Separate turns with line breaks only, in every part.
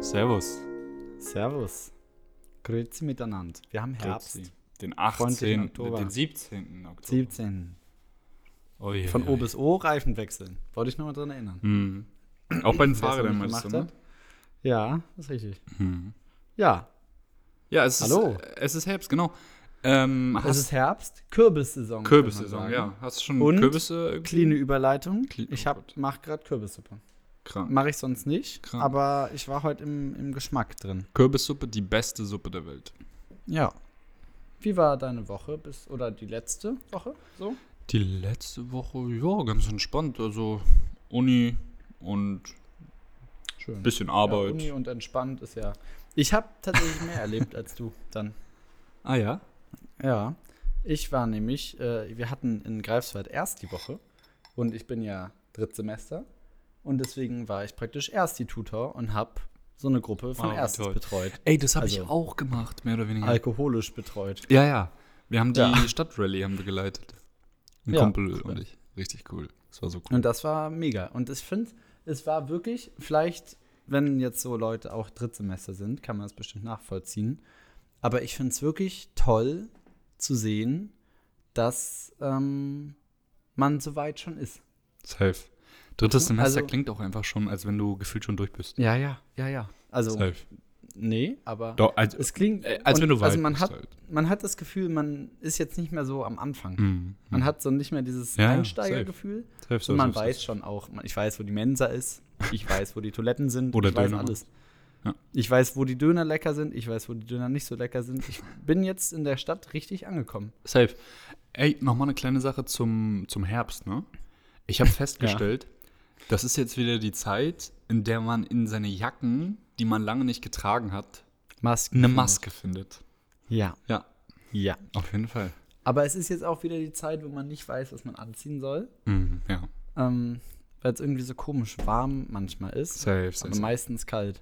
Servus.
Servus. Grüezi miteinander. Wir haben Herbst.
Grüezi. Den 18.
Freundlichen Oktober.
Den 17. Oktober. Oh
17.
Ui,
Von
ui,
O
ui.
bis O Reifen wechseln. Wollte ich nochmal dran erinnern.
Hm. Auch bei den
Wer es noch
Fahrrädern
nicht
meinst du,
gemacht
ne?
hat. Ja, ist richtig.
Hm.
Ja,
Ja, es ist,
Hallo.
Es ist Herbst, genau. Ähm,
es
hast
ist Herbst, Kürbissaison. kann man
Kürbissaison,
sagen.
ja. Hast du schon
Und
Kürbisse irgendwie?
Cleane Überleitung.
Clean- oh
ich hab,
Gott.
mach gerade Kürbissuppe.
Krank.
Mache ich sonst nicht,
Krank.
aber ich war heute im, im Geschmack drin.
Kürbissuppe, die beste Suppe der Welt.
Ja. Wie war deine Woche bis oder die letzte Woche so?
Die letzte Woche, ja, ganz entspannt. Also Uni und
Schön.
bisschen
Ja,
Arbeit.
Uni und entspannt ist ja. Ich habe tatsächlich mehr erlebt als du dann.
ah ja?
Ja. Ich war nämlich, äh, wir hatten in Greifswald erst die Woche und ich bin ja Drittsemester und deswegen war ich praktisch erst die Tutor und habe so eine Gruppe von
Oh, wie
Erstes
toll.
betreut.
Ey, das habe ich
Also-
auch gemacht, mehr oder
Mhm.
weniger.
Alkoholisch betreut.
Ja, ja. Wir haben die
Ja.
Stadtrallye haben wir geleitet. Ein
Ja,
Kumpel
cool.
und ich. Richtig cool. Das war so cool.
Und das war mega. Und ich finde, es war wirklich, vielleicht, wenn jetzt so Leute auch Drittsemester sind, kann man es bestimmt nachvollziehen. Aber ich finde es wirklich toll zu sehen, dass ähm, man so weit schon ist.
Safe. Drittes Semester
Also-
klingt auch einfach schon, als wenn du gefühlt schon durch bist.
Ja, ja, ja, ja. Also,
Safe.
nee, aber
Doch, also,
es klingt,
äh, als
und-
wenn du weit
also man
bist
hat,
halt.
man hat das Gefühl, man ist jetzt nicht mehr so am Anfang.
Mhm.
Man hat so nicht mehr dieses
Ja, ja,
Einsteigergefühl.
safe, safe,
Und man
safe, safe.
weiß schon auch, man- ich weiß, wo die Mensa ist, ich weiß, wo die Toiletten sind,
Oder
ich weiß
Döner.
alles.
Ja.
Ich weiß, wo die Döner lecker sind, ich weiß, wo die Döner nicht so lecker sind. Ich bin jetzt in der Stadt richtig angekommen.
Safe. Ey, nochmal eine kleine Sache zum, zum Herbst, ne? Ich habe festgestellt, das ist jetzt wieder die Zeit, in der man in seine Jacken, die man lange nicht getragen hat,
Masken.
eine
findet.
Maske findet.
Ja,
Ja,
ja.
auf jeden Fall.
Aber es ist jetzt auch wieder die Zeit, wo man nicht weiß, was man anziehen soll,
Mhm, ja,
ähm, weil es irgendwie so komisch warm manchmal ist,
safe, safe.
aber
safe.
meistens kalt.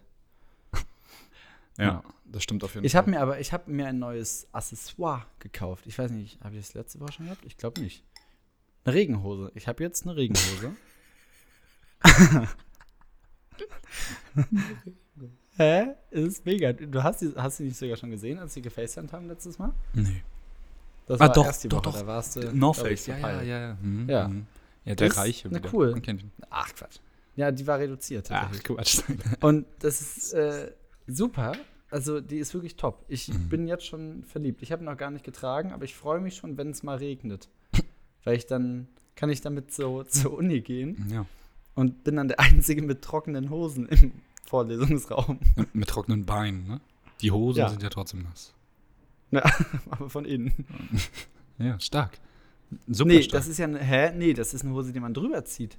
Ja,
ja.
das stimmt auf jeden
Ich
Fall.
habe mir aber, ich habe mir ein neues Accessoire gekauft. Ich weiß nicht, habe ich das letzte Woche schon gehabt? Ich glaube nicht. Eine Regenhose. Ich habe jetzt eine Regenhose. Hä? Es Ist mega. Du hast sie, hast sie nicht sogar schon gesehen, als sie gefacetimed haben letztes Mal?
Nee.
Das
Ah, doch, doch, doch.
Da warst du.
No
glaub ich,
Face, ja, ja,
verpeilt.
ja. Ja, mhm,
Ja.
mhm. ja der
Das ist
Reiche
na
wieder.
cool.
Man kennt ihn.
Ach, Quatsch. Ja, die war reduziert.
Ach,
tatsächlich.
Quatsch.
Und das ist äh, super. Also, die ist wirklich top. Ich
Mhm.
bin jetzt schon verliebt. Ich habe noch gar nicht getragen, aber ich freue mich schon, wenn es mal regnet. Weil ich dann kann ich damit so zur Uni gehen
ja.
und bin dann der Einzige mit trockenen Hosen im Vorlesungsraum.
Und mit trockenen Beinen, ne? Die Hosen
Ja.
sind ja trotzdem nass.
Na, aber von innen.
Ja, stark. Super
nee,
stark.
das ist ja eine. Hä? Nee, das ist eine Hose, die man drüber zieht.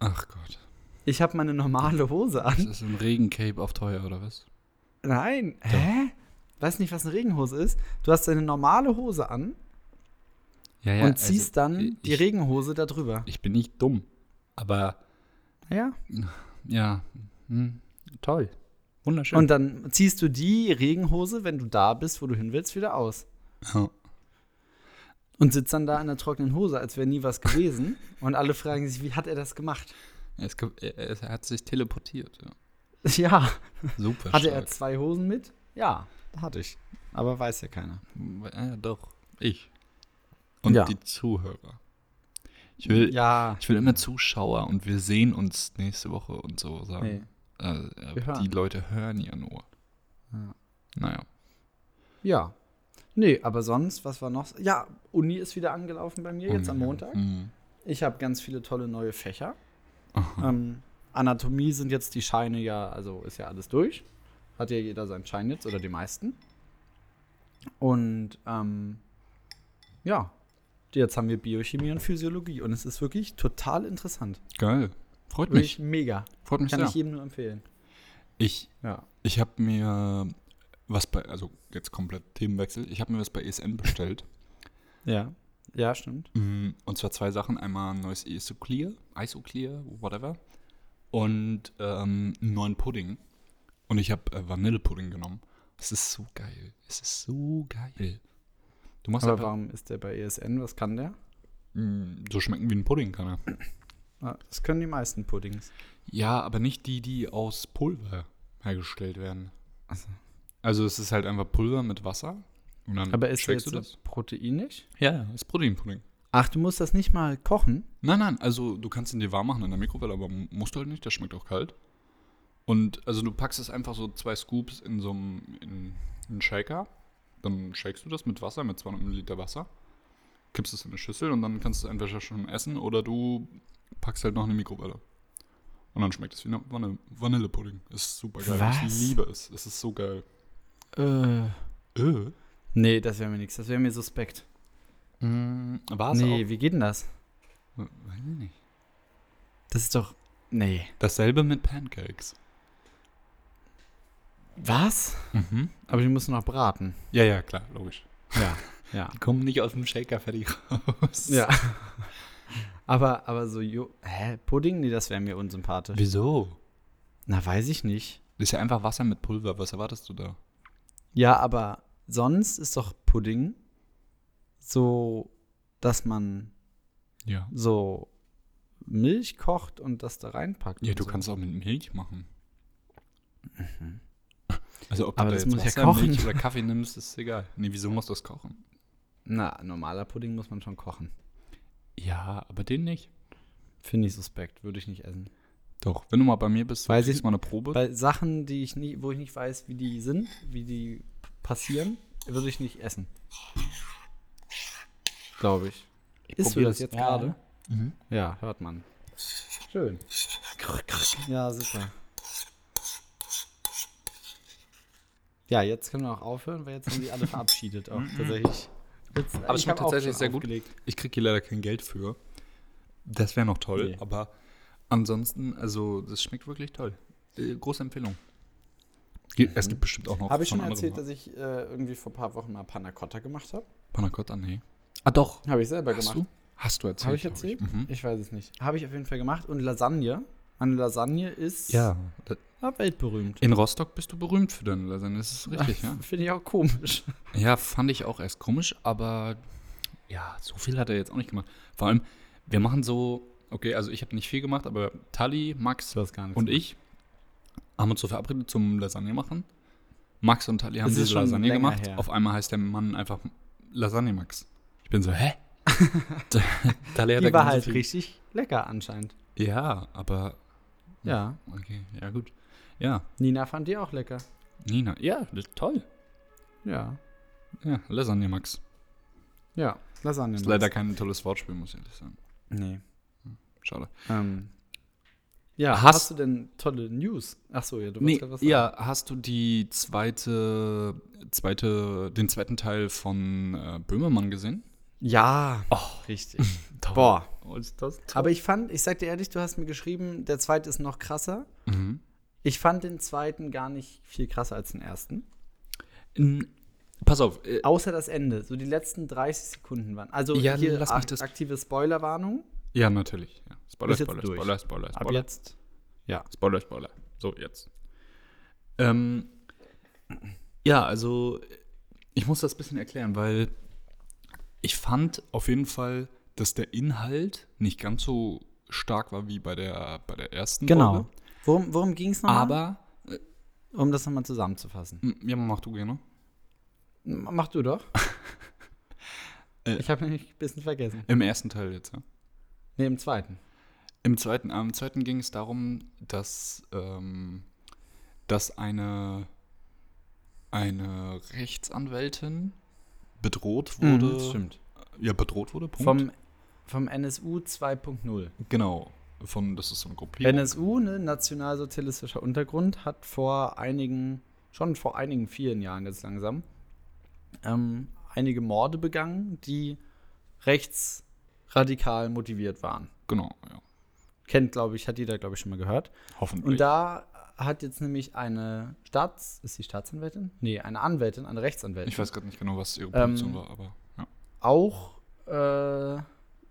Ach Gott.
Ich habe meine normale Hose
Das
an.
ist ein Regencape auf teuer, oder was?
Nein. Hä? Weiß nicht, was eine Regenhose ist. Du hast deine normale Hose an
Ja, ja. also
und ziehst dann
ich,
die Regenhose da drüber.
Ich bin nicht dumm. Aber,
Ja.
ja. Hm, toll. Wunderschön.
Und dann ziehst du die Regenhose, wenn du da bist, wo du hin willst, wieder aus.
ja.
Und sitzt dann da in der trockenen Hose, als wäre nie was gewesen. und alle fragen sich, wie hat er das gemacht?
es, gibt- er, er hat sich teleportiert, ja.
Ja.
Super
Hatte er
stark.
zwei Hosen mit? Ja, hatte ich. Aber weiß ja keiner.
Ja, doch. Ich. Und
Ja.
die Zuhörer. Ich will,
Ja.
ich will immer Zuschauer und wir sehen uns nächste Woche und so
Nee.
sagen. Äh, äh,
Wir hören.
die Leute hören ja nur.
Ja.
Naja.
Ja. Nee, aber sonst, was war noch? Ja, Uni ist wieder angelaufen bei mir jetzt am Montag.
Mhm.
Ich habe ganz viele tolle neue Fächer. Ähm, Anatomie sind jetzt die Scheine ja, also ist ja alles durch. Hat ja jeder seinen Schein jetzt oder die meisten. Und ähm, ja, jetzt haben wir Biochemie und Physiologie und es ist wirklich total interessant.
Geil. Freut
Wirklich
mich.
mega.
Freut mich
Kann ich
sehr.
jedem nur empfehlen.
Ich,
Ja.
ich habe mir was bei, also jetzt komplett Themenwechsel, ich habe mir was bei ESN bestellt.
Ja. Ja, stimmt.
Mm, Und zwar zwei Sachen. Einmal ein neues Isoclear, Isoclear, whatever. Und ähm, einen neuen Pudding. Und ich habe äh, Vanillepudding genommen. Es ist so geil. Es ist so geil. Du machst
Aber
einfach
warum ist der bei ESN? Was kann der?
mm, so schmecken wie ein Pudding, kann er.
Ah, Das können die meisten Puddings.
Ja, aber nicht die, die aus Pulver hergestellt werden.
Achso.
Also es ist halt einfach Pulver mit Wasser. Und dann
Aber ist
schlägst
jetzt
du das?
proteinig?
Ja, ja, ist Proteinpudding.
Ach, du musst das nicht mal kochen?
Nein, nein, also du kannst ihn dir warm machen in der Mikrowelle, aber m- musst du halt nicht, das schmeckt auch kalt. Und also du packst es einfach so zwei Scoops in so einem in, in einen Shaker, dann shakest du das mit Wasser, mit 200 Milliliter Wasser, kippst es in eine Schüssel und dann kannst du es entweder schon essen oder du packst halt noch eine Mikrowelle. Und dann schmeckt es wie eine Vanille Vanillepudding. Ist super geil.
Was?
Ich liebe es. Es ist so geil.
Äh.
Äh.
Nee, das wäre mir nichts. Das wäre mir suspekt.
War
Hm. nee, wie geht denn das?
auch? Weiß ich nicht.
Das ist doch. Nee.
Dasselbe mit Pancakes.
Was?
Mhm.
Aber die müssen noch braten.
Ja, ja, klar, logisch.
Ja. ja.
Die kommen nicht aus dem Shaker fertig raus.
Ja. Aber, aber so, jo hä, Pudding? Nee, das wäre mir unsympathisch.
Wieso?
Na, weiß ich nicht.
Das ist ja einfach Wasser mit Pulver. Was erwartest du da?
Ja, aber sonst ist doch Pudding so, dass man
Ja.
so Milch kocht und das da reinpackt.
Ja,
und
du
so.
kannst auch mit Milch machen. Also ob
Mhm. Aber
du
das
da jetzt
muss
Wasser,
ja kochen.
Milch oder Kaffee nimmst, ist egal. Nee, wieso musst du das kochen?
Na, normaler Pudding muss man schon kochen.
Ja, aber den nicht.
Finde ich suspekt, würde ich nicht essen.
Doch, wenn du mal bei mir bist,
Weiß
kriegst
ich-
mal eine Probe.
Bei Sachen, die ich nie, wo ich nicht weiß, wie die sind, wie die passieren, würde ich nicht essen. Glaube ich. Isst du
probier
das
das
jetzt
mal.
gerade?
Mhm.
Ja, hört man. Schön. Ja, super. Ja, jetzt können wir auch aufhören, weil jetzt haben die alle verabschiedet auch tatsächlich. Jetzt,
Mhm. Aber es
ich
schmeckt
hab auch
tatsächlich
schon
sehr gut.
aufgelegt.
Ich krieg hier leider kein Geld für. Das wäre noch toll,
Nee.
aber ansonsten, also das schmeckt wirklich toll. Äh, große Empfehlung.
Mhm.
Ge- Es gibt bestimmt auch noch
Habe ich
von
schon
anderen
erzählt,
Marken.
dass ich äh, irgendwie vor ein paar Wochen mal Panna Cotta gemacht habe?
Panna Cotta, nee. Ah doch.
Habe ich selber
Hast
gemacht.
du? Hast du erzählt?
Habe ich
glaub
erzählt?
Mhm.
Ich. weiß es nicht. Habe ich auf jeden Fall gemacht. Und Lasagne. Meine Lasagne ist
Ja. da-
ja, weltberühmt.
In Rostock bist du berühmt für deine Lasagne, das ist richtig, ja.
Finde ich auch komisch.
Ja, fand ich auch erst komisch, aber ja, so viel hat er jetzt auch nicht gemacht. Vor allem, wir machen so, okay, also ich habe nicht viel gemacht, aber Tali, Max
Du hast gar nichts
und ich haben uns so verabredet zum Lasagne machen. Max und Tali haben
Es ist
diese
schon
Lasagne
länger
gemacht.
her.
Auf einmal heißt der Mann einfach Lasagne Max. Ich bin so, hä? Da- Tali hat da
Die war
genauso
halt
viel-
richtig lecker anscheinend.
Ja, aber
Ja.
okay, ja gut. Ja,
Nina fand die auch lecker.
Nina, ja, das- toll.
Ja.
Ja, Lasagne Max.
Ja. Lasagne.
Ist leider kein tolles Wortspiel, muss ich ehrlich sagen.
Nee.
Schade.
Ähm. Ja, hast,
Hast-
du denn tolle News? Ach so, ja, du
Nee,
grad sagen.
ja, hast du die zweite, zweite, den zweiten Teil von äh, Böhmermann gesehen?
Ja.
Oh,
Richtig.
Boah.
Boah. Aber ich fand, ich sag dir ehrlich, du hast mir geschrieben, der zweite ist noch krasser.
Mhm.
Ich fand den zweiten gar nicht viel krasser als den ersten.
N- Pass auf, äh,
Außer das Ende, so die letzten 30 Sekunden waren. Also
Ja,
hier
lass mich das-
aktive Spoilerwarnung.
ja, natürlich. Ja. Spoiler,
Ist jetzt
Spoiler,
durch.
Spoiler, Spoiler,
Ab
Spoiler,
jetzt. Ja.
Spoiler, Spoiler. So, jetzt. Ähm, ja, also, ich muss das ein bisschen erklären, weil ich fand auf jeden Fall, dass der Inhalt nicht ganz so stark war wie bei der, bei der ersten
Genau.
Folge.
Worum, worum ging es nochmal?
Aber,
um das nochmal zusammenzufassen.
m- ja, mach du gerne.
M- Mach du doch.
Äh.
ich habe nämlich ein bisschen vergessen.
Im ersten Teil jetzt, ja.
Ne, im zweiten.
Im zweiten, am zweiten ging es darum, dass, ähm, dass eine, eine Rechtsanwältin bedroht wurde.
das Mhm, stimmt.
Ja, bedroht wurde, Punkt.
Vom, vom NSU 2.0.
genau. Von, das ist so eine Gruppierung.
NSU, ne, nationalsozialistischer Untergrund, hat vor einigen, schon vor einigen vielen Jahren jetzt langsam, ähm, einige Morde begangen, die rechtsradikal motiviert waren.
Genau, ja.
Kennt, glaube ich, hat jeder, glaube ich, schon mal gehört.
Hoffentlich.
Und da hat jetzt nämlich eine Staats... Ist die Staatsanwältin? Nee, eine Anwältin, eine Rechtsanwältin.
ich weiß gerade nicht genau, was ihre
Ähm,
Position war, aber ja.
Auch, äh,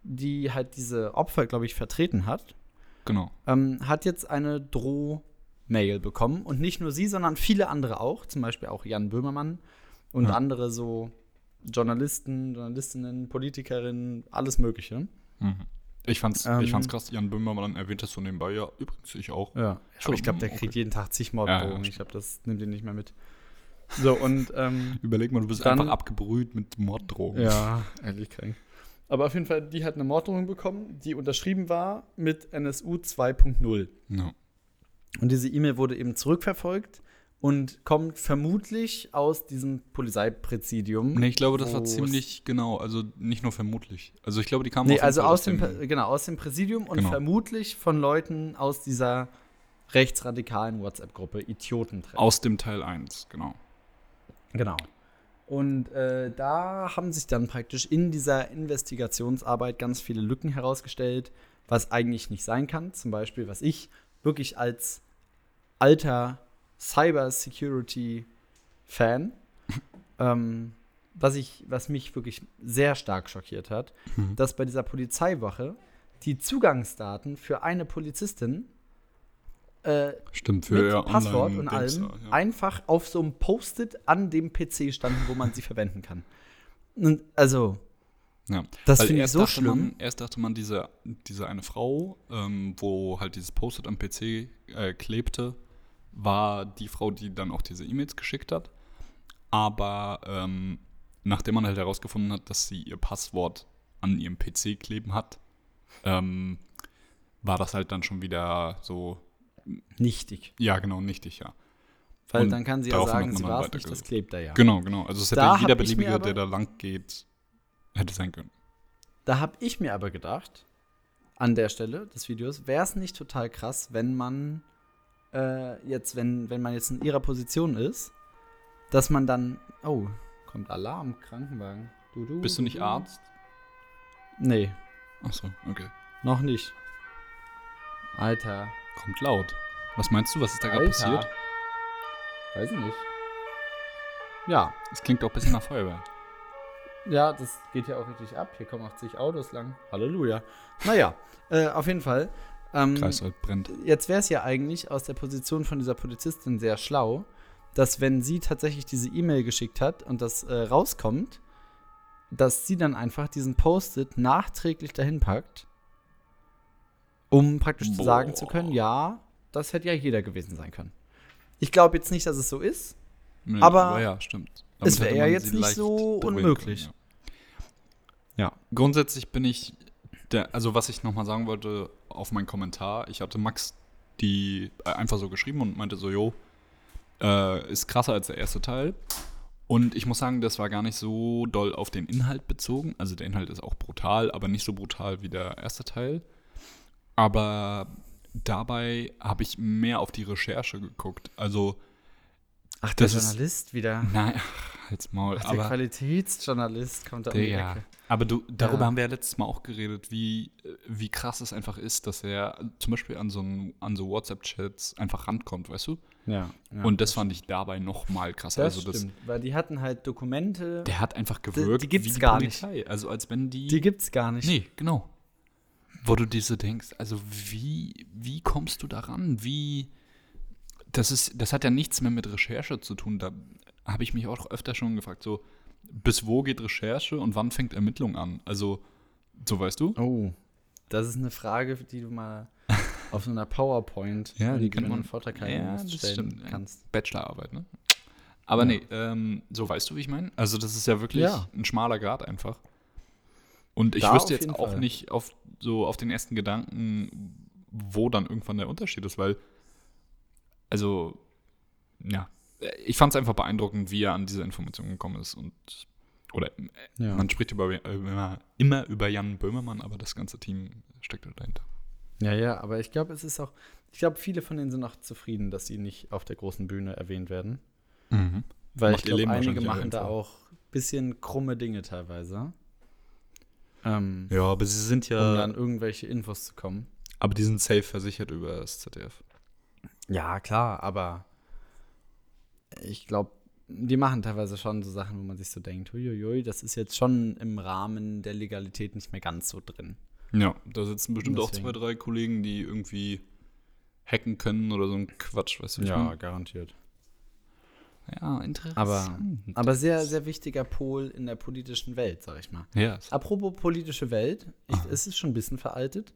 die halt diese Opfer, glaube ich, vertreten hat.
Genau.
ähm, hat jetzt eine Drohmail bekommen. Und nicht nur sie, sondern viele andere auch. Zum Beispiel auch Jan Böhmermann und
Ja.
andere so Journalisten, Journalistinnen, Politikerinnen, alles Mögliche.
Mhm. Ich fand's,
Ähm.
ich fand's krass, Jan Böhmermann erwähnt das so nebenbei. Ja, übrigens, ich auch.
Ja,
Schon,
aber ich glaube, der
okay.
kriegt jeden Tag zig
Ja,
Morddrohungen.
ja,
ich glaube, das nimmt ihn nicht mehr mit. So, und ähm,
Überleg mal, du bist
Dann-
einfach abgebrüht mit Morddrogen.
ja, ehrlich krank. Aber auf jeden Fall, die hat eine Morddrohung bekommen, die unterschrieben war mit NSU 2.0.
No.
Und diese E-Mail wurde eben zurückverfolgt und kommt vermutlich aus diesem Polizeipräsidium.
Nee, ich glaube, das
Hm? wo
war
es-
ziemlich genau. Also nicht nur vermutlich. Also ich glaube, die kamen
Nee,
auf jeden
also
Fall
aus dem, Pr- genau, aus dem Präsidium und
Genau.
vermutlich von Leuten aus dieser rechtsradikalen WhatsApp-Gruppe, Idiotentreff.
aus dem Teil 1, genau.
Genau. Und äh, da haben sich dann praktisch in dieser Investigationsarbeit ganz viele Lücken herausgestellt, was eigentlich nicht sein kann. Zum Beispiel, was ich wirklich als alter Cyber-Security-Fan, ähm, was, ich, was mich wirklich sehr stark schockiert hat,
Mhm.
dass bei dieser Polizeiwache die Zugangsdaten für eine Polizistin äh,
Stimmt,
mit
für ja,
Passwort und
Online-Dings
allem
da, Ja.
einfach auf so einem Post-it an dem PC standen, wo man sie verwenden kann. Und also,
Ja.
das
Weil
finde ich
erst
so
dachte
schlimm.
Man, erst dachte man, diese, diese eine Frau, ähm, wo halt dieses Post-it am PC äh, klebte, war die Frau, die dann auch diese E-Mails geschickt hat. Aber ähm, nachdem man halt herausgefunden hat, dass sie ihr Passwort an ihrem PC kleben hat, ähm, war das halt dann schon wieder so,
Nichtig.
ja genau, nichtig, ja.
Weil
Und
dann kann sie ja
daraufhin hat
sagen,
man
sie
dann
war es nicht, das
weitergesucht.
klebt da ja.
Genau, genau. Also es hätte
Da hab
jeder
ich mir
Beliebige,
aber-
der da lang geht, hätte sein können.
Da habe ich mir aber gedacht, an der Stelle des Videos, wäre es nicht total krass, wenn man äh, jetzt, wenn, wenn man jetzt in ihrer Position ist, dass man dann, oh, kommt Alarm, Krankenwagen. Du, du,
Bist du nicht Arzt?
Nee,
Achso, okay.
noch nicht. Alter.
Kommt laut. Was meinst du, was ist da gerade passiert?
Weiß ich nicht. Ja,
Es klingt doch ein bisschen nach Feuerwehr.
ja, das geht ja auch richtig ab. Hier kommen 80 Autos lang. Halleluja. Naja, äh, auf jeden Fall. Ähm,
Kreiswald brennt.
jetzt wäre es ja eigentlich aus der Position von dieser Polizistin sehr schlau, dass wenn sie tatsächlich diese E-Mail geschickt hat und das äh, rauskommt, dass sie dann einfach diesen Post-it nachträglich dahin packt, um praktisch zu sagen zu können,
Boah.
ja, das hätte ja jeder gewesen sein können. Ich glaube jetzt nicht, dass es so ist.
Nee,
Aber
ja, stimmt.
es wär
hätte
ja
man
jetzt
sie
nicht
leicht
so
beruhigen
unmöglich.
können, ja. grundsätzlich bin ich der, also was ich nochmal sagen wollte auf meinen Kommentar, ich hatte Max die äh, einfach so geschrieben und meinte so, jo, äh, ist krasser als der erste Teil. Und ich muss sagen, das war gar nicht so doll auf den Inhalt bezogen. Also der Inhalt ist auch brutal, aber nicht so brutal wie der erste Teil. Aber dabei habe ich mehr auf die Recherche geguckt. Also,
Ach, der
Das ist-
Journalist wieder.
naja, halt's Maul.
Ach, der
aber
Qualitätsjournalist kommt da um die
Digga.
Ecke.
Aber du, darüber
Ja.
haben wir ja letztes Mal auch geredet, wie, äh, wie krass es einfach ist, dass er zum Beispiel an so, einen- an so WhatsApp-Chats einfach rankommt, weißt du?
Ja, ja.
Und das fand ich dabei noch mal krasser.
das
also das,
stimmt, weil die hatten halt Dokumente,
der hat einfach gewirkt
die gibt's gar nicht.
Nicht. Also als wenn die,
die gibt's gar nicht.
Nee, genau. Wo du dir so denkst, also wie, wie kommst du daran? Wie, das ist, das hat ja nichts mehr mit Recherche zu tun. Da habe ich mich auch öfter schon gefragt, so, bis wo geht Recherche und wann fängt Ermittlung an? Also, so weißt du?
Oh, das ist eine Frage, die du mal auf so einer PowerPoint,
Ja,
wenn
die
du
kann
dir
man-
einen Vortrag
Ja,
ja,
das
stellen
stimmt.
kannst.
Bachelorarbeit, ne? Aber nee, ähm, so weißt du, wie ich meine? Also, das ist ja wirklich
Ja.
ein schmaler Grad einfach. Und ich
Da auf
wüsste jetzt
jeden
auch
Fall.
nicht auf, so auf den ersten Gedanken, wo dann irgendwann der Unterschied ist, weil, also, ja, ich fand es einfach beeindruckend, wie er an diese Information gekommen ist. Und, oder äh,
Ja.
man spricht über, äh, immer, immer über Jan Böhmermann, aber das ganze Team steckt da dahinter.
ja, ja, aber ich glaube, es ist auch, ich glaube, viele von denen sind auch zufrieden, dass sie nicht auf der großen Bühne erwähnt werden.
Mhm.
Weil
Macht
ich
ihr
glaube,
Leben
einige
wahrscheinlich
machen da
einfacher.
auch ein bisschen krumme Dinge teilweise. Ähm,
Ja, aber sie sind
um
ja,
an irgendwelche Infos zu kommen.
aber die sind safe versichert über das ZDF.
Ja, klar, aber ich glaube, die machen teilweise schon so Sachen, wo man sich so denkt, huiuiui, das ist jetzt schon im Rahmen der Legalität nicht mehr ganz so drin.
Ja, da sitzen bestimmt
Deswegen.
auch zwei, drei Kollegen, die irgendwie hacken können oder so ein Quatsch, weißt du? wie ich meine?
garantiert.
Ja,
Mhm. Aber,
interessant.
aber sehr, sehr wichtiger Pol in der politischen Welt, sag ich mal.
ja, ist-
Apropos politische Welt, ich, es ist schon ein bisschen veraltet,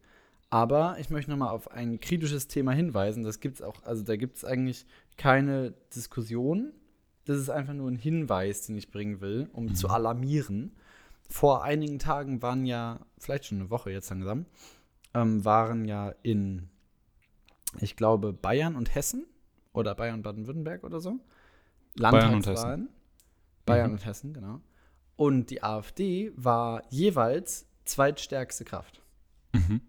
aber ich möchte nochmal auf ein kritisches Thema hinweisen. Das gibt's auch, also da gibt es eigentlich keine Diskussion. Das ist einfach nur ein Hinweis, den ich bringen will, um zu alarmieren. Vor einigen Tagen waren ja, vielleicht schon eine Woche jetzt langsam, ähm, waren ja in, ich glaube, Bayern und Hessen oder Bayern und Baden-Württemberg oder so.
Bayern und Hessen. Mhm.
Landtagswahlen. Bayern und Hessen, genau. Und die AfD war jeweils zweitstärkste Kraft.
mhm.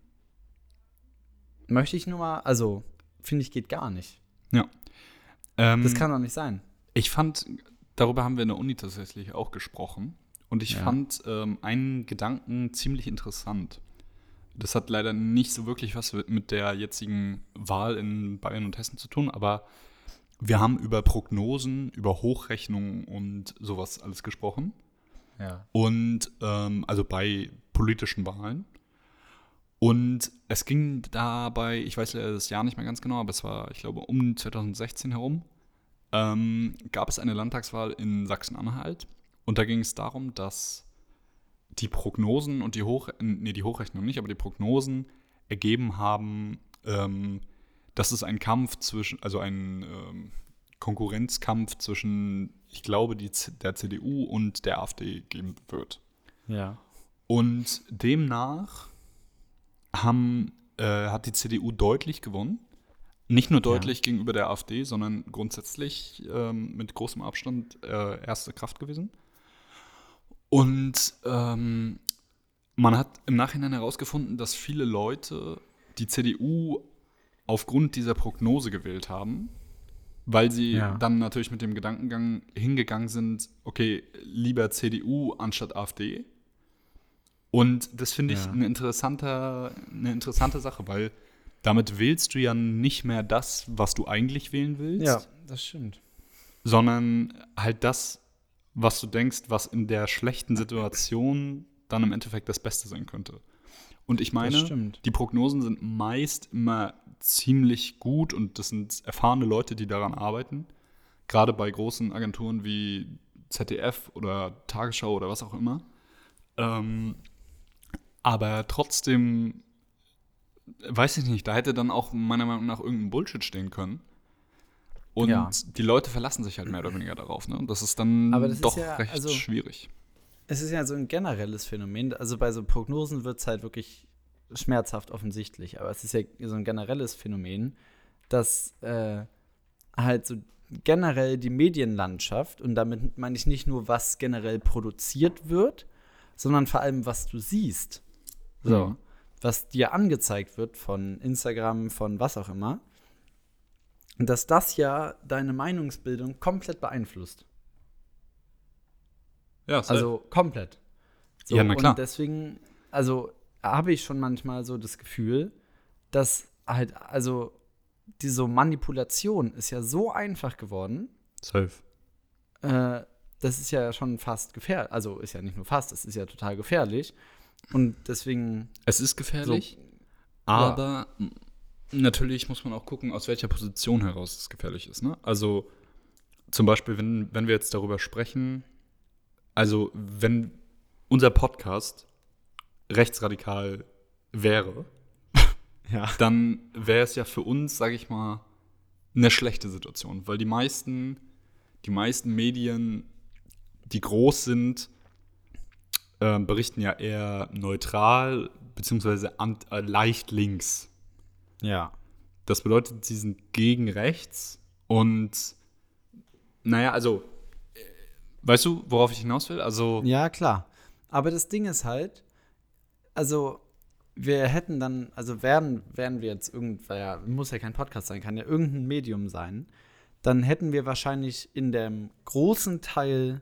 Möchte ich nur mal, also finde ich, geht gar nicht.
ähm,
Das kann doch nicht sein.
Ich fand, darüber haben wir in der Uni tatsächlich auch gesprochen. Und ich
Ja.
fand ähm, einen Gedanken ziemlich interessant. Das hat leider nicht so wirklich was mit der jetzigen Wahl in Bayern und Hessen zu tun, aber wir haben über Prognosen, über Hochrechnungen und sowas alles gesprochen.
Ja.
Und ähm, also bei politischen Wahlen. Und es ging dabei, ich weiß leider das Jahr nicht mehr ganz genau, aber es war, ich glaube, um 2016 herum, ähm, gab es eine Landtagswahl in Sachsen-Anhalt. Und da ging es darum, dass die Prognosen und die Hoch nee, die Hochrechnung nicht, aber die Prognosen ergeben haben, ähm, dass es ein Kampf zwischen, also ein ähm, Konkurrenzkampf zwischen, ich glaube, die, Z- der CDU und der AfD geben wird.
Ja.
Und demnach haben, äh, hat die CDU deutlich gewonnen. Nicht nur deutlich gegenüber der AfD, sondern grundsätzlich ähm, mit großem Abstand äh, erste Kraft gewesen. Und ähm, man hat im Nachhinein herausgefunden, dass viele Leute die CDU aufgrund dieser Prognose gewählt haben, weil sie
Ja.
dann natürlich mit dem Gedankengang hingegangen sind, okay, lieber CDU anstatt AfD. Und das finde ich
Ja.
eine, interessanter, eine interessante Sache, weil damit wählst du ja nicht mehr das, was du eigentlich wählen willst,
Ja, das stimmt.
sondern halt das, was du denkst, was in der schlechten Situation dann im Endeffekt das Beste sein könnte. Und ich
Das
meine,
stimmt.
die Prognosen sind meist immer ziemlich gut und das sind erfahrene Leute, die daran arbeiten. Gerade bei großen Agenturen wie ZDF oder Tagesschau oder was auch immer. Ähm, aber trotzdem, weiß ich nicht, da hätte dann auch meiner Meinung nach irgendein Bullshit stehen können. Und
Ja.
die Leute verlassen sich halt mehr oder weniger darauf. Ne? Und das ist dann
Aber das ist
doch
ja,
recht
also-
schwierig.
Es ist ja so ein generelles Phänomen. Also bei so Prognosen wird es halt wirklich schmerzhaft offensichtlich. Aber es ist ja so ein generelles Phänomen, dass äh, halt so generell die Medienlandschaft, und damit meine ich nicht nur, was generell produziert wird, sondern vor allem, was du siehst. So.
Mhm.
Was dir angezeigt wird von Instagram, von was auch immer. Und dass das ja deine Meinungsbildung komplett beeinflusst.
Ja, safe.
Also komplett.
Ja, na klar.
Und deswegen, also habe ich schon manchmal so das Gefühl, dass halt, also diese Manipulation ist ja so einfach geworden,
safe.
äh, das ist ja schon fast gefährlich. Also ist ja nicht nur fast, es ist ja total gefährlich. Und deswegen,
Es ist
so,
gefährlich, aber m- natürlich muss man auch gucken, aus welcher Position heraus es gefährlich ist. Ne? Also zum Beispiel, wenn, wenn wir jetzt darüber sprechen, also wenn unser Podcast rechtsradikal wäre,
ja.
dann wäre es ja für uns, sage ich mal, eine schlechte Situation, weil die meisten, die meisten Medien, die groß sind, ähm, berichten ja eher neutral beziehungsweise ant- äh, leicht links.
Ja.
Das bedeutet, sie sind gegen rechts und naja, also äh, weißt du, worauf ich hinaus will? Also
Ja, klar. Aber das Ding ist halt, also wir hätten dann, also wären, wären wir jetzt irgendwer, muss ja kein Podcast sein, kann ja irgendein Medium sein, dann hätten wir wahrscheinlich in dem großen Teil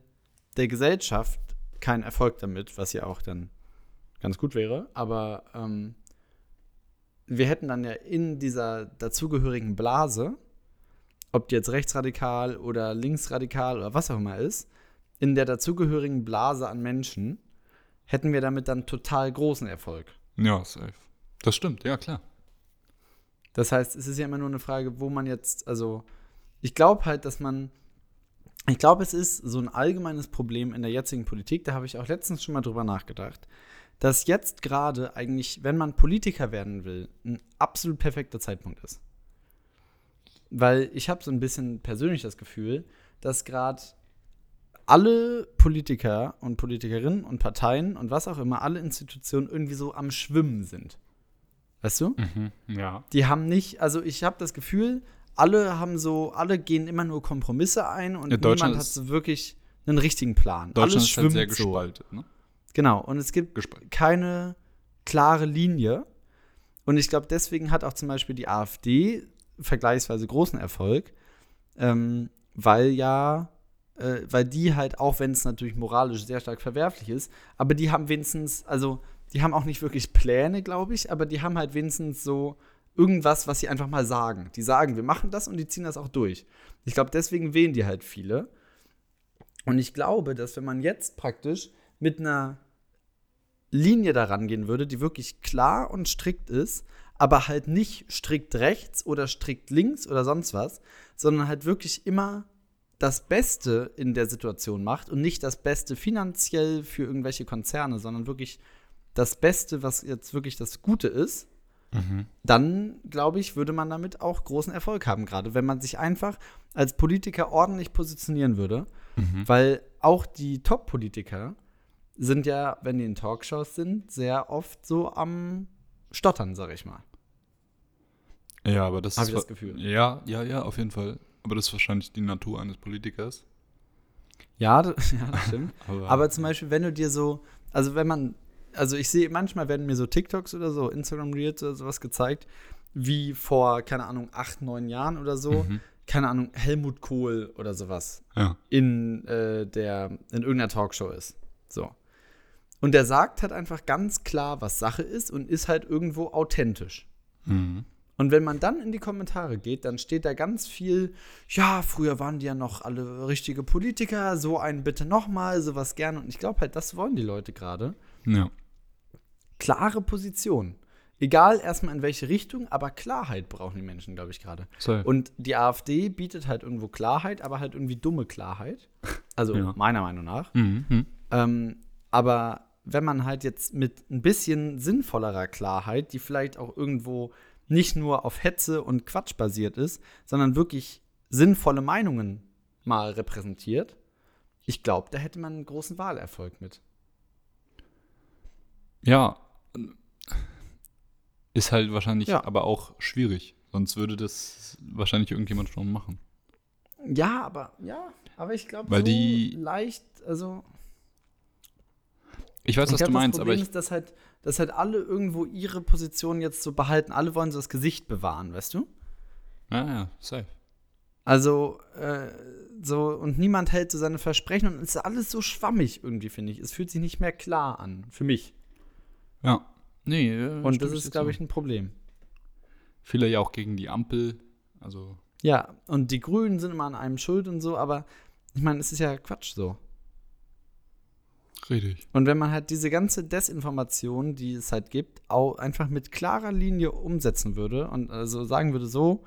der Gesellschaft keinen Erfolg damit, was ja auch dann ganz gut wäre. Aber ähm, wir hätten dann ja in dieser dazugehörigen Blase, ob die jetzt rechtsradikal oder linksradikal oder was auch immer ist, in der dazugehörigen Blase an Menschen, hätten wir damit dann total großen Erfolg.
ja, safe. Das stimmt, ja klar.
Das heißt, es ist ja immer nur eine Frage, wo man jetzt, also ich glaube halt, dass man Ich glaube, es ist so ein allgemeines Problem in der jetzigen Politik, da habe ich auch letztens schon mal drüber nachgedacht, dass jetzt gerade eigentlich, wenn man Politiker werden will, ein absolut perfekter Zeitpunkt ist. Weil ich habe so ein bisschen persönlich das Gefühl, dass gerade alle Politiker und Politikerinnen und Parteien und was auch immer, alle Institutionen irgendwie so am Schwimmen sind. Weißt du?
Mhm. Ja.
Die haben nicht, also ich habe das Gefühl, alle haben so, alle gehen immer nur Kompromisse ein und
Ja, Deutschland
niemand hat
ist-
so wirklich einen richtigen Plan.
Deutschland
Alles
ist halt sehr
schwimmt so.
gespalten. Ne?
Genau, und es gibt
Gespalten.
keine klare Linie. Und ich glaube, deswegen hat auch zum Beispiel die AfD vergleichsweise großen Erfolg, ähm, weil ja, äh, weil die halt, auch wenn es natürlich moralisch sehr stark verwerflich ist, aber die haben wenigstens, also die haben auch nicht wirklich Pläne, glaube ich, aber die haben halt wenigstens so irgendwas, was sie einfach mal sagen. Die sagen, wir machen das und die ziehen das auch durch. Ich glaube, deswegen wählen die halt viele. Und ich glaube, dass wenn man jetzt praktisch mit einer Linie daran gehen würde, die wirklich klar und strikt ist, aber halt nicht strikt rechts oder strikt links oder sonst was, sondern halt wirklich immer das Beste in der Situation macht und nicht das Beste finanziell für irgendwelche Konzerne, sondern wirklich das Beste, was jetzt wirklich das Gute ist,
Mhm.
dann glaube ich, würde man damit auch großen Erfolg haben, gerade wenn man sich einfach als Politiker ordentlich positionieren würde.
Mhm.
Weil auch die Top-Politiker sind ja, wenn die in Talkshows sind, sehr oft so am Stottern, sag ich mal.
Ja, aber das
Hab
ist.
ich das
wa-
Gefühl.
Ja, ja, ja, auf jeden Fall. Aber das ist wahrscheinlich die Natur eines Politikers.
Ja, das, ja, das stimmt.
Aber,
Aber zum Beispiel, wenn du dir so, also wenn man, also ich sehe, manchmal werden mir so TikToks oder so, Instagram Reels oder sowas gezeigt, wie vor, keine Ahnung, acht, neun Jahren oder so,
Mhm.
keine Ahnung, Helmut Kohl oder sowas
Ja.
in äh, der in irgendeiner Talkshow ist. So. Und der sagt halt einfach ganz klar, was Sache ist und ist halt irgendwo authentisch.
Mhm.
Und wenn man dann in die Kommentare geht, dann steht da ganz viel, ja, früher waren die ja noch alle richtige Politiker, so einen bitte nochmal, sowas gerne. Und ich glaube halt, das wollen die Leute gerade.
Ja.
Klare Position. Egal erstmal in welche Richtung, aber Klarheit brauchen die Menschen, glaube ich, gerade.
Safe.
Und die AfD bietet halt irgendwo Klarheit, aber halt irgendwie dumme Klarheit. Also
Ja.
meiner Meinung nach.
Mhm. Mhm.
Ähm, aber wenn man halt jetzt mit ein bisschen sinnvollerer Klarheit, die vielleicht auch irgendwo nicht nur auf Hetze und Quatsch basiert ist, sondern wirklich sinnvolle Meinungen mal repräsentiert, ich glaube, da hätte man einen großen Wahlerfolg mit.
Ja. Ist halt wahrscheinlich
Ja.
aber auch schwierig. Sonst würde das wahrscheinlich irgendjemand schon machen.
Ja, aber ja, aber ich glaube,
Weil
so
die-
leicht, also
Ich weiß, was
ich
du
glaub,
meinst,
das
aber
Problem
ich.
ist, dass halt, dass halt alle irgendwo ihre Position jetzt so behalten. Alle wollen so das Gesicht bewahren, weißt du?
Ja, ja, safe.
Also, äh, so, und niemand hält so seine Versprechen und es ist alles so schwammig irgendwie, finde ich. Es fühlt sich nicht mehr klar an, für mich.
Ja. Nee, äh,
Und
stimme
das ist,
dir
glaube
zu.
ich, ein Problem.
Viele ja auch gegen die Ampel. Also,
Ja, und die Grünen sind immer an einem schuld und so, aber ich meine, es ist ja Quatsch so.
richtig.
Und wenn man halt diese ganze Desinformation, die es halt gibt, auch einfach mit klarer Linie umsetzen würde und also sagen würde, so,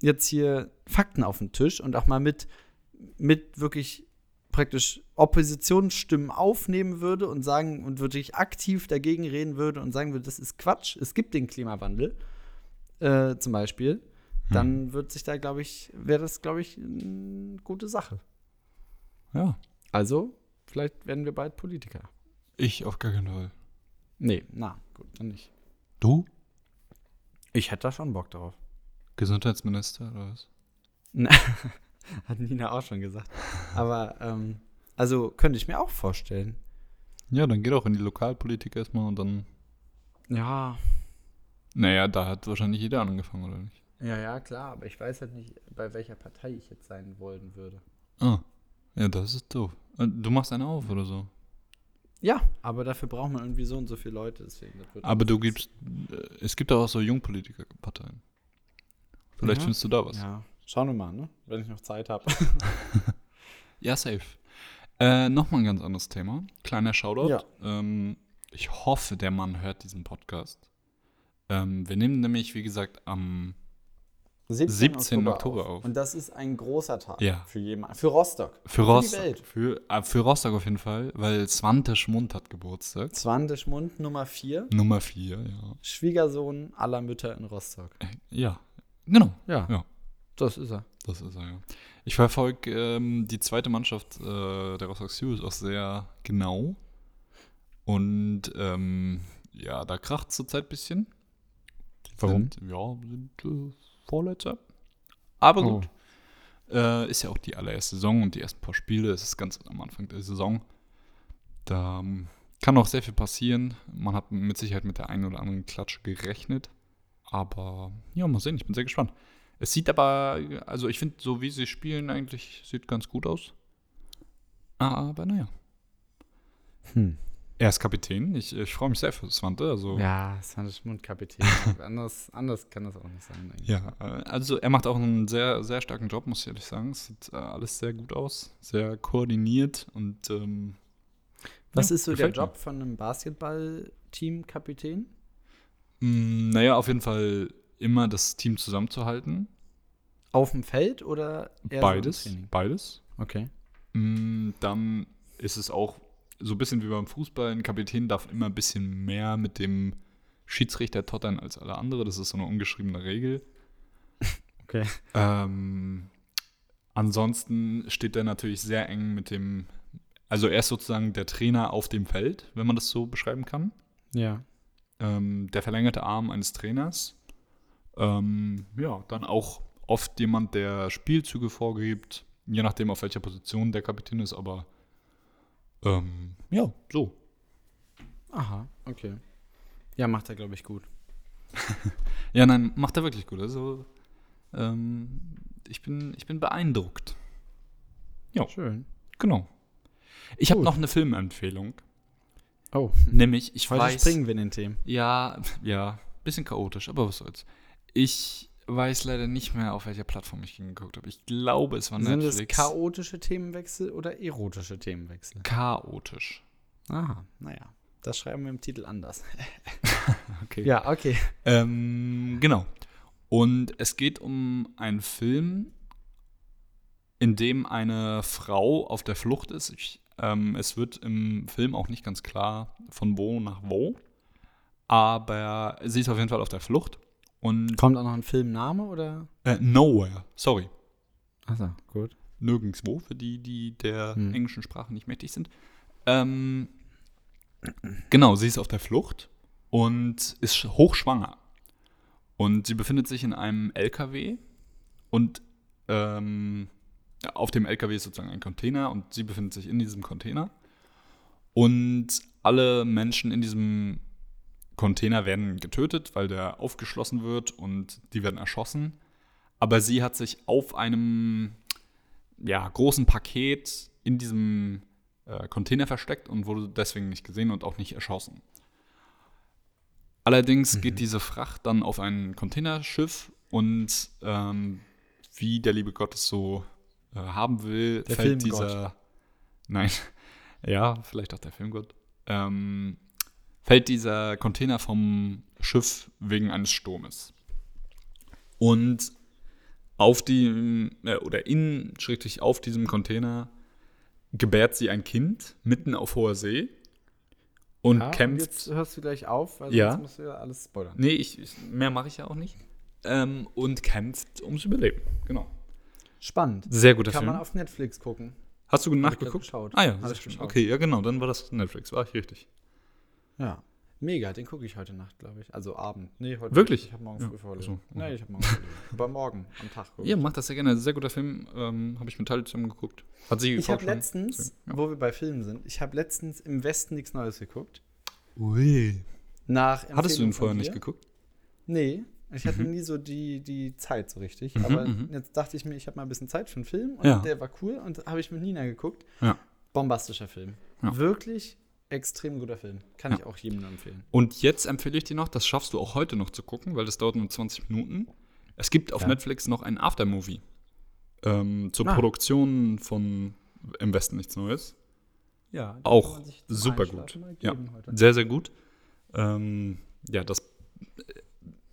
jetzt hier Fakten auf den Tisch und auch mal mit, mit wirklich praktisch Oppositionsstimmen aufnehmen würde und sagen und wirklich aktiv dagegen reden würde und sagen würde, das ist Quatsch, es gibt den Klimawandel, äh, zum Beispiel, dann wird sich da, glaube ich, wäre das, glaube ich, eine gute Sache.
Ja.
Also, vielleicht werden wir bald Politiker.
Ich auf gar keinen Fall.
Nee, na, gut, dann nicht.
Du?
Ich hätte da schon Bock drauf.
Gesundheitsminister oder was?
Hat Nina auch schon gesagt. Aber, ähm, also könnte ich mir auch vorstellen.
Ja, dann geh doch in die Lokalpolitik erstmal und dann.
Ja,
Naja, da hat wahrscheinlich jeder angefangen, oder nicht?
ja, ja, klar, aber ich weiß halt nicht, bei welcher Partei ich jetzt sein wollen würde.
Ah. Ja, das ist doof. Äh, Du machst eine auf oder so.
Ja, aber dafür braucht man irgendwie so und so viele Leute, deswegen. Das wird
Aber du gibst. äh, Es gibt auch so Jungpolitikerparteien. Vielleicht
Ja.
findest du da was.
Ja, schauen wir mal, ne? Wenn ich noch Zeit habe.
Ja, safe. Äh, Nochmal ein ganz anderes Thema. Kleiner Shoutout.
Ja.
Ähm, ich hoffe, der Mann hört diesen Podcast. Ähm, wir nehmen nämlich, wie gesagt, am 17. Oktober auf.
Und das ist ein großer Tag
Ja.
für jemanden. Für Rostock.
Für
Für die
Rostock.
Welt.
Für, äh, für Rostock auf jeden Fall, weil Swante Schmund hat Geburtstag.
Zwande Schmund Nummer 4.
Nummer 4, ja.
Schwiegersohn aller Mütter in Rostock.
Äh, Ja, genau.
Ja.
Ja.
Das ist er.
Das ist er, ja. Ich verfolge ähm, die zweite Mannschaft äh, der Rostock Series auch sehr genau. Und ähm, ja, da kracht es zurzeit ein bisschen.
Warum?
Sind, ja, sind äh, Vorletzter. Aber
Oh.
gut. Äh, ist ja auch die allererste Saison und die ersten paar Spiele. Es ist ganz am Anfang der Saison. Da ähm, kann auch sehr viel passieren. Man hat mit Sicherheit mit der einen oder anderen Klatsche gerechnet. Aber ja, mal sehen. Ich bin sehr gespannt. Es sieht aber, also ich finde, so wie sie spielen, eigentlich sieht ganz gut aus. Aber naja.
Hm.
Er ist Kapitän. Ich, ich freue mich sehr für Swante. Also,
Ja, Zwande Schmund Kapitän. anders, anders kann das auch nicht sein. eigentlich.
Ja, äh, also er macht auch einen sehr, sehr starken Job, muss ich ehrlich sagen. Es sieht äh, alles sehr gut aus, sehr koordiniert und ähm,
Was
ja,
ist so der
gefällt mir.
Job von einem Basketball-Team-Kapitän?
Mm, Naja, auf jeden Fall immer das Team zusammenzuhalten.
Auf dem Feld oder eher so im
beides.
Training?
beides.
Okay.
Mm, Dann ist es auch so ein bisschen wie beim Fußball. Ein Kapitän darf immer ein bisschen mehr mit dem Schiedsrichter tottern als alle andere. Das ist so eine ungeschriebene Regel.
Okay.
Ähm, ansonsten steht er natürlich sehr eng mit dem, also er ist sozusagen der Trainer auf dem Feld, wenn man das so beschreiben kann.
Ja.
Ähm, der verlängerte Arm eines Trainers. Ähm, ja, dann auch oft jemand, der Spielzüge vorgibt, je nachdem, auf welcher Position der Kapitän ist, aber ähm, ja, so.
Aha, okay. Ja, macht er, glaube ich, gut.
Ja, nein, macht er wirklich gut. Also, ähm, ich, bin, ich bin beeindruckt.
Schön.
Genau. Ich habe
Gut.
noch eine Filmempfehlung.
Oh,
Nämlich, ich
heute
weiß.
springen wir in den Themen.
Ja, ja, bisschen chaotisch, aber was soll's. Ich weiß leider nicht mehr, auf welcher Plattform ich ihn geguckt habe. Ich glaube, es war
Sind es
Netflix.
chaotische Themenwechsel oder erotische Themenwechsel?
chaotisch.
Aha, naja. Das schreiben wir im Titel anders.
Okay.
Ja, okay.
Ähm, genau. Und es geht um einen Film, in dem eine Frau auf der Flucht ist. Ich, ähm, es wird im Film auch nicht ganz klar, von wo nach wo. Aber sie ist auf jeden Fall auf der Flucht. Und
Kommt auch noch ein Filmname oder?
äh, Nowhere, sorry.
Achso, gut.
nirgendwo, für die, die der
Hm.
englischen Sprache nicht mächtig sind. Ähm, genau, sie ist auf der Flucht und ist sch- hochschwanger. Und sie befindet sich in einem LKW und ähm, auf dem LKW ist sozusagen ein Container und sie befindet sich in diesem Container. Und alle Menschen in diesem Container werden getötet, weil der aufgeschlossen wird und die werden erschossen. Aber sie hat sich auf einem ja, großen Paket in diesem äh, Container versteckt und wurde deswegen nicht gesehen und auch nicht erschossen. Allerdings
Mhm.
geht diese Fracht dann auf ein Containerschiff und ähm, wie der liebe Gott es so äh, haben will,
Der
fällt
Filmgott.
dieser. Nein, ja, vielleicht auch der Filmgott. Ähm, fällt dieser Container vom Schiff wegen eines Sturmes. Und auf dem, äh, oder in, schrägstrich auf diesem Container gebärt sie ein Kind mitten auf hoher See und kämpft.
Jetzt äh, hörst du gleich auf, weil
Ja.
sonst musst du ja alles spoilern.
nee, ich, ich, mehr mache ich ja auch nicht. Ähm, und kämpft ums Überleben. Genau.
Spannend.
Sehr guter
Kann
Film.
man auf Netflix gucken.
Hast du
Hab ich grad
nachgeguckt?
geschaut.
Ah ja,
Hab
sehr
ich
schön.
geschaut.
okay, ja genau, dann war das Netflix, war ich richtig.
Ja. Mega, den gucke ich heute Nacht, glaube ich. Also Abend. Nee, heute.
Wirklich?
Ich habe morgen
Ja.
früh Vorlesung.
Ach so.
Nee, ich habe morgen Vorlesung. Aber morgen, am Tag gucke
Ja, macht das sehr gerne. Sehr guter Film. Ähm, habe ich mit Tali zusammen geguckt. Hat sie
Ich habe
vorgeschlagen.
letztens,
Ja.
wo wir bei Filmen sind, ich habe letztens im Westen nichts Neues geguckt.
Ui.
Nach
Hattest du
Empfehlung
ihn
von
vorher nicht
dir.
geguckt?
Nee, ich hatte nie so die, die Zeit so richtig.
Mhm,
Aber
mhm.
jetzt dachte ich mir, ich habe mal ein bisschen Zeit für einen Film und
Ja.
der war cool und habe ich mit Nina geguckt.
Ja.
Bombastischer Film.
Ja.
Wirklich extrem guter Film. Kann
Ja.
ich auch jedem nur empfehlen.
Und jetzt empfehle ich dir noch, das schaffst du auch heute noch zu gucken, weil das dauert nur 20 Minuten. Es gibt auf
Ja.
Netflix noch einen Aftermovie ähm, zur
Ah.
Produktion von Im Westen nichts Neues.
Ja,
Auch super gut. Ja, sehr, sehr gut. Ähm, ja, das äh,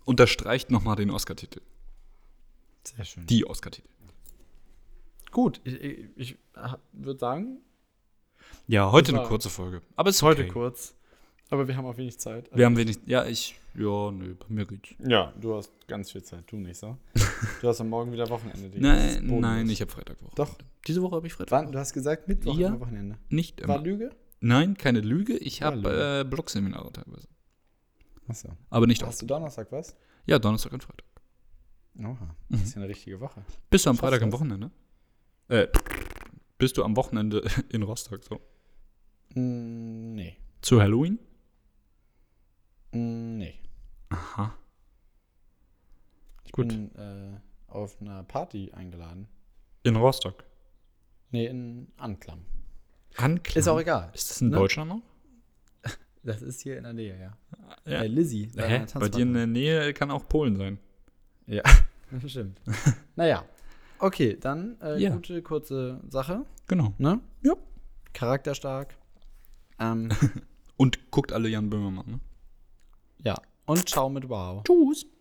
unterstreicht nochmal den Oscar-Titel.
Sehr schön.
Die Oscar-Titel.
Gut, ich, ich, ich würde sagen,
Ja, heute
Das
eine
war-
kurze Folge. Aber es ist
heute
okay.
kurz. Aber wir haben auch wenig Zeit. Also
Wir haben wenig. Ja, ich. Ja, nö, bei mir geht's.
ja, du hast ganz viel Zeit, du nicht, so. du hast am Morgen wieder Wochenende. die- das ist
Nein,
bodenlos.
nein, ich habe Freitagwoche.
Doch.
Diese Woche habe ich Freitag.
Wann? Du hast gesagt, Mittwoch
Ja.
am Wochenende.
Nicht
War
immer.
Lüge?
Nein, keine Lüge. Ich
War
habe
Lüge.
äh, Blogseminare teilweise.
Achso.
Aber nicht oft.
Hast du Donnerstag was?
Ja, Donnerstag und Freitag. Mhm.
Oha, das ist ja eine richtige Woche.
Bist du am
Schaffst
Freitag am
du's?
Wochenende? Äh, bist du am Wochenende in Rostock so?
Mm, nee.
Zu Halloween?
Mm, nee.
Aha.
Ich
Gut.
bin äh, auf einer Party eingeladen.
In Rostock.
Nee, in Anklam.
Anklam.
Ist auch egal.
Ist das in
Ne?
Deutschland noch?
Das ist hier in der Nähe, ja.
Ja.
Bei Lizzie. bei
Hä?
einer
Bei dir in der Nähe kann auch Polen sein.
Ja, stimmt. naja. Okay, dann äh,
Ja.
gute, kurze Sache,
Genau.
ne?
Ja.
Charakterstark. Ähm,
Und guckt alle Jan Böhmermann. Ne?
ja. Und ciao mit Wow.
Tschüss.